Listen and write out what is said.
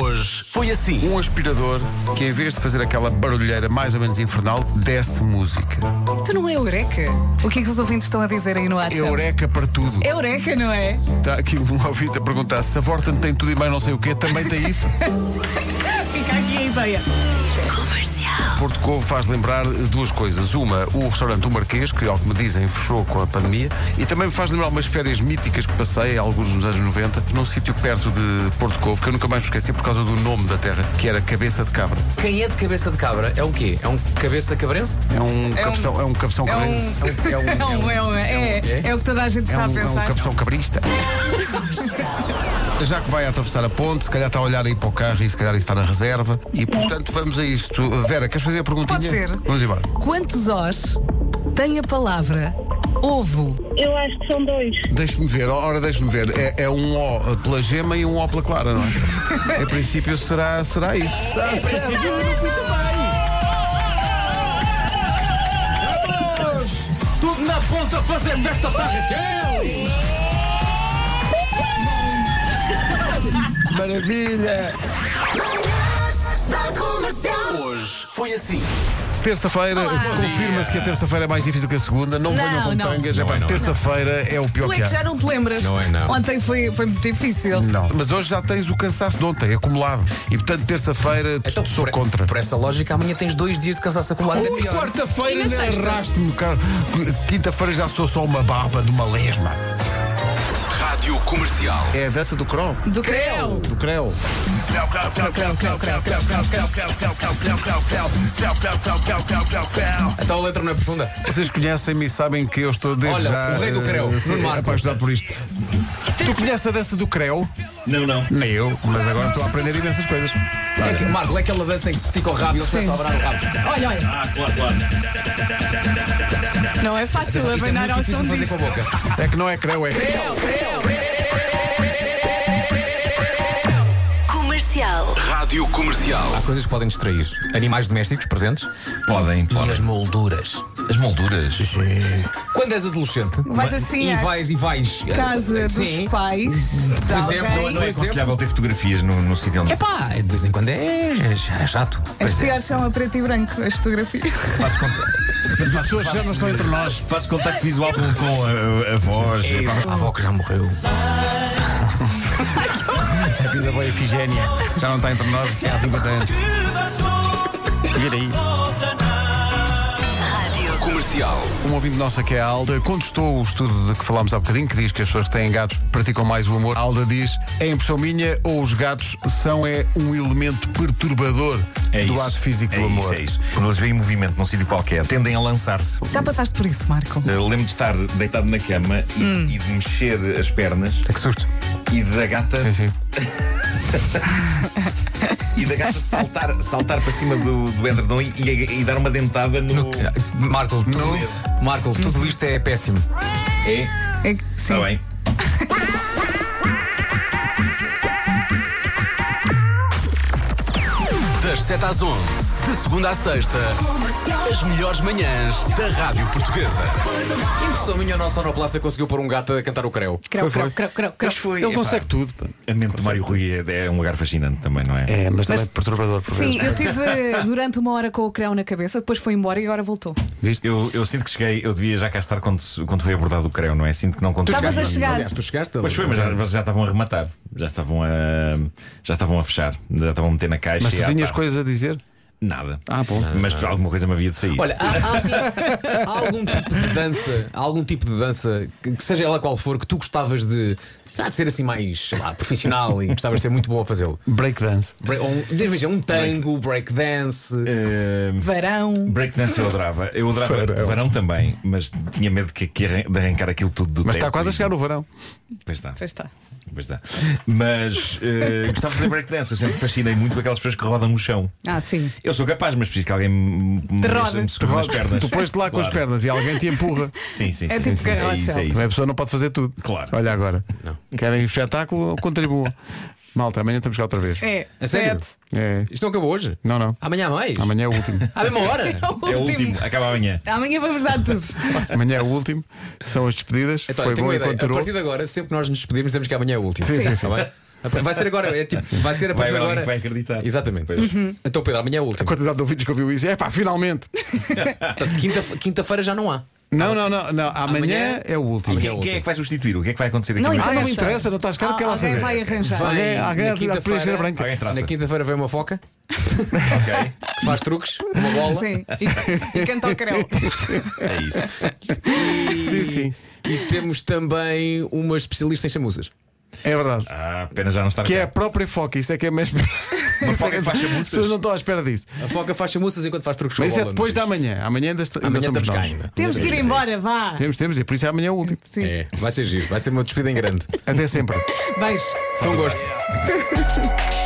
Hoje foi assim. Um aspirador que, em vez de fazer aquela barulheira mais ou menos infernal, desce música. Tu não é eureka? O que é que os ouvintes estão a dizer aí no WhatsApp? Eureka para tudo. Eureka, não é? Está aqui um ouvinte a perguntar se a Vorten tem tudo e mais não sei o quê, também tem isso? Fica aqui a ideia. Porto Covo faz lembrar duas coisas. Uma, o restaurante O Marquês, que, ao que me dizem, fechou com a pandemia. E também me faz lembrar umas férias míticas que passei, alguns nos anos 90, num sítio perto de Porto Covo, que eu nunca mais me esqueci por causa do nome da terra, que era Cabeça de Cabra. Quem é de cabeça de cabra é um quê? É um cabeça cabrense? É um capção, é um capção é um- cabrense. É um. É, um- é, um- é, é? é o que toda a gente É está um, a é um pensar. capção cabrista. Já que vai atravessar a ponte, se calhar está a olhar aí para o carro e se calhar isso está na reserva. E portanto vamos a isto. Vera, queres fazer a perguntinha? Pode ser. Vamos embora. Quantos os tem a palavra ovo? Eu acho que são dois. Deixe-me ver, ora deixe-me ver. É, é um O pela gema e um O pela clara, não é? em princípio será, será isso. Tudo na ponta a fazer festa para Raquel! Maravilha! Hoje foi assim. Terça-feira, Olá. confirma-se que a terça-feira é mais difícil que a segunda. Não, Não, venham com não. tangas. é pá, terça-feira é o pior Tu é que que há. já não te lembras. Não é nada. Hum. Ontem foi, foi muito difícil. Não. Mas hoje já tens o cansaço de ontem, acumulado. E portanto, terça-feira, Então, sou por, contra. Por essa lógica, amanhã tens dois dias de cansaço acumulado. Ui, é pior. quarta-feira E na ainda sexta? arrasto-me no carro. Quinta-feira já sou só uma baba de uma lesma. Rádio Comercial. É a dança do Cro. Do Creu! Do Creu. Então a letra não é profunda. Vocês conhecem-me e sabem que eu estou desde Olha, já o rei do eh, creu, sim, Nuno Marco. apaixonado por isto. Tu conheces a dança do Creu? Não, não. Nem eu, mas agora estou a aprender imensas coisas. É que- Marco, é aquela dança em que se estica o rabo e ele começa a dobrar o rabo. Olha, olha, Ah, claro, claro. não é fácil Isto é abanar muito ao difícil som de fazer disto. com a boca. É que não é Creu, é. Comercial. Rádio Comercial. Há coisas que podem distrair. Animais domésticos presentes. Podem, E as molduras. As molduras. Quando és adolescente. Vais assim E à vais e vais. casa Sim. dos pais. tá Por exemplo, não- não Não Por é exemplo. aconselhável ter fotografias no, no sítio onde Epá, de vez em quando é, é chato. As Pois é. piores são a preto e branco, as fotografias. Fazes conta. As pessoas já não estão entre nós. faço contacto visual com, com a, a voz. É, Epá, A avó que já morreu. Já diz a boa Efigénia. Já não está entre nós é há 50 anos. Vira aí. Comercial. Um ouvinte nosso que é a Alda contestou o estudo de que falámos há bocadinho, que diz que as pessoas que têm gatos praticam mais o amor. A Alda diz: é impressão minha ou os gatos são é um elemento perturbador É do isso. ato físico é do isso, amor. É isso. Quando eles veem movimento num sítio qualquer, tendem a lançar-se. Já passaste por isso, Marco? Eu Lembro de estar deitado na cama e, e de mexer as pernas É Que susto. e da gata Sim, sim. e da gata saltar, saltar para cima do, do edredom e, e- e dar uma dentada no. No que- Marco, tudo, Marco, tudo isto é péssimo. É? É que- sim. Tá Está bem. Das 7 às 11, de segunda à sexta, as melhores manhãs da Rádio Portuguesa. Impressão minha, a nossa sonoplasta conseguiu pôr um gato a cantar o creu. Creu, creu, creu, creu, creu. foi. Ele consegue tudo. A mente de Mário Rui é, é um lugar fascinante também, não é? É, mas também é perturbador por Sim, vezes. eu tive durante uma hora com o creu na cabeça, depois foi embora e agora voltou. Eu, eu sinto que cheguei, eu devia já cá estar quando, se- quando foi abordado o creu, não é? Sinto que não contei. Estavas a Chegaste, chegar. Aliás, tu chegaste. Então, Pois foi, mas já, mas já estavam a rematar, já estavam a, já estavam a fechar, já estavam a meter na caixa. Mas e tu à tinhas tarde. coisas a dizer? Nada. Ah, bom. Mas por alguma coisa me havia de sair. Olha, há, há, assim- há algum tipo de dança, há algum tipo de dança, que, que seja ela qual for, que tu gostavas de, sabe, de ser assim mais sei lá, profissional e gostavas de ser muito bom a fazê-lo. Breakdance. Bre- Ou um, diz-me já, um tango, breakdance. Eh, Varão. breakdance eu adorava. Eu adorava Farão. varão também, mas tinha medo que, que arran- de arrancar aquilo tudo do Mas teto está quase a e- chegar o verão. Pois está. Pois está. Pois está. Mas eh, gostava de fazer breakdance, eu sempre fascinei muito com aquelas pessoas que rodam no chão. Ah, sim. Eu sou capaz, mas preciso que alguém me, me, Te roda. mexa- me segure nas pernas. Tu pões-te lá com as Claro. pernas e alguém te empurra. Sim, sim, É sim, tipo sim, é isso, carrossel. é isso. Também a pessoa não pode fazer tudo. Claro. Olha agora. Querem espetáculo? Contribuam. Malta, amanhã estamos cá outra vez. É, A sério? sete. É. Isto não acabou hoje? Não, não. Amanhã há mais? Amanhã é o último. À mesma hora? É o último, acaba amanhã. Amanhã vamos dar tudo. amanhã é o último. São as despedidas. Então, Foi eu tenho bom uma enquanto ideia. A durou. partir de agora, sempre que nós nos despedirmos, dizemos que amanhã é o último. Sim, sim, sim. Tá bem? Vai ser agora, é tipo, vai ser a partir Vai haver de alguém agora. que vai acreditar. Exatamente. Uhum. Então, Pedro, amanhã é o A último. quantidade de ouvintes que ouviu isso. É pá, finalmente. Portanto, quinta- Quinta-feira já não há. Não, não, não. não. Amanhã, Amanhã- é o último. Quem, quem é que vai substituir? O que é que vai acontecer aqui? Não amanhã? Ah, não Interessa. interessa, não estás cá, não Al- quero lá alguém saber. vai arranjar. Vai Alguém- alguém na a tirar quinta-feira- preencher a branca. Alguém trata. Na quinta-feira vem uma foca Ok, que faz truques, uma bola. Sim, e, e canta ao creu. é isso. Sim, sim. E temos também uma especialista em chamuças. É verdade. Ah, apenas já não estar Que é a cá. própria foca, isso é que é mesmo. Uma foca que faz As pessoas chamuças. não estão à espera disso. A foca faz chamuças enquanto faz truques Mas com isso a é bola. depois não da manhã. Amanhã ainda, est- é? ainda Amanhã somos estamos cá nós. ainda. Temos que ir embora, vá. Temos, temos, e por isso é amanhã o último. Sim, É, vai ser giro, vai ser uma despedida em grande. Até sempre. beijo. Foi um gosto.